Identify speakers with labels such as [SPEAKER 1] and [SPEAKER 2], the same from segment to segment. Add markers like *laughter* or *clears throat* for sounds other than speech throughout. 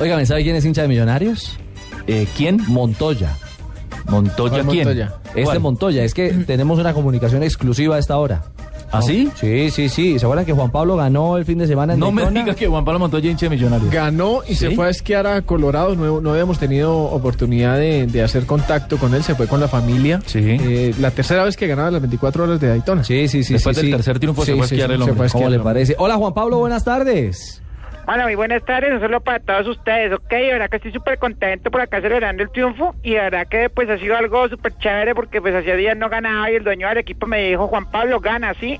[SPEAKER 1] Oiga, ¿sabe quién es hincha de Millonarios?
[SPEAKER 2] Eh, ¿Quién?
[SPEAKER 1] Montoya.
[SPEAKER 2] ¿Montoya
[SPEAKER 3] ¿Cuál
[SPEAKER 2] quién?
[SPEAKER 3] Montoya?
[SPEAKER 1] Este
[SPEAKER 2] ¿Cuál?
[SPEAKER 1] Montoya, es
[SPEAKER 2] *clears throat*
[SPEAKER 1] que tenemos una comunicación exclusiva a esta hora.
[SPEAKER 2] ¿Ah, sí?
[SPEAKER 1] Sí, sí, sí. ¿Se acuerdan que Juan Pablo ganó el fin de semana en
[SPEAKER 2] No me
[SPEAKER 1] Daytona?
[SPEAKER 2] diga que Juan Pablo Montoya hincha de millonarios.
[SPEAKER 3] Ganó y se
[SPEAKER 2] ¿Sí?
[SPEAKER 3] fue a esquiar a Colorado. No, no habíamos tenido oportunidad de, de hacer contacto con él. Se fue con la familia.
[SPEAKER 2] Sí.
[SPEAKER 3] Eh, la tercera vez que ganaba las 24 horas de Daytona.
[SPEAKER 1] Sí, sí, sí.
[SPEAKER 2] Después
[SPEAKER 1] sí,
[SPEAKER 2] del
[SPEAKER 1] sí.
[SPEAKER 2] tercer triunfo se
[SPEAKER 3] Sí,
[SPEAKER 2] fue a
[SPEAKER 3] sí,
[SPEAKER 2] esquiar
[SPEAKER 3] sí,
[SPEAKER 2] el
[SPEAKER 3] se
[SPEAKER 2] hombre.
[SPEAKER 3] fue a
[SPEAKER 1] ¿Cómo le
[SPEAKER 3] Izquierda.
[SPEAKER 1] parece? Hola, Juan Pablo, buenas
[SPEAKER 2] *laughs*
[SPEAKER 1] tardes.
[SPEAKER 4] Hola, muy buenas tardes, un saludo para todos ustedes, ok, de verdad que estoy súper contento por acá celebrando el triunfo y de verdad que pues ha sido algo súper chévere porque pues hacía días no ganaba y el dueño del equipo me dijo, Juan Pablo, gana, ¿sí?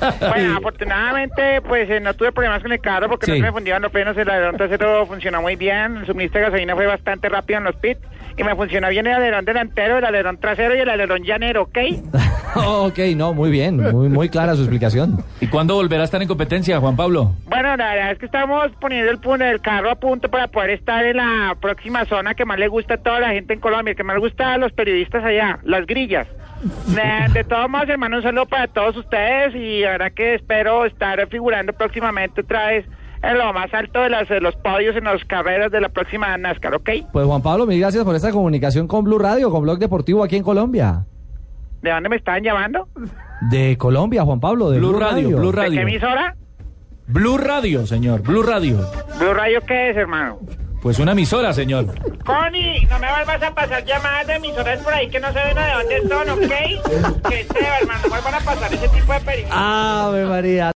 [SPEAKER 4] bueno, afortunadamente pues eh, no tuve problemas con el carro porque
[SPEAKER 1] Sí.
[SPEAKER 4] no se me fundieron los frenos, el alerón trasero funcionó muy bien, el suministro de gasolina fue bastante rápido en los pits y me funcionó bien el alerón delantero, el alerón trasero y el alerón llanero, ¿ok?
[SPEAKER 1] Oh, ok, no, muy bien. Muy, muy clara su explicación.
[SPEAKER 2] ¿Y cuándo volverá a estar en competencia, Juan Pablo?
[SPEAKER 4] Bueno, la verdad es que estamos poniendo el, punto, el carro a punto para poder estar en la próxima zona que más le gusta a toda la gente en Colombia, que más le gusta a los periodistas allá, las grillas. Eh, De, de todos modos, hermano, un saludo para todos ustedes y la verdad que espero estar figurando próximamente otra vez en lo más alto de, las, de los podios en las carreras de la próxima NASCAR, ¿ok?
[SPEAKER 1] Pues Juan Pablo, mil gracias por esta comunicación con Blue Radio, con Blog Deportivo aquí en Colombia.
[SPEAKER 4] ¿De dónde me estaban llamando?
[SPEAKER 1] De Colombia, Juan Pablo, de
[SPEAKER 2] Blue Radio, Blue
[SPEAKER 4] ¿De qué
[SPEAKER 2] Radio.
[SPEAKER 4] emisora?
[SPEAKER 2] Blue Radio, señor, Blue Radio.
[SPEAKER 4] ¿Blue Radio qué es, hermano?
[SPEAKER 2] Pues una emisora, señor.
[SPEAKER 4] Connie, no me vuelvas a pasar llamadas de emisoras por ahí que no saben a dónde son, ¿ok? Que Esteban, hermano, no vuelvan a pasar ese tipo de peligros.
[SPEAKER 1] Ave María.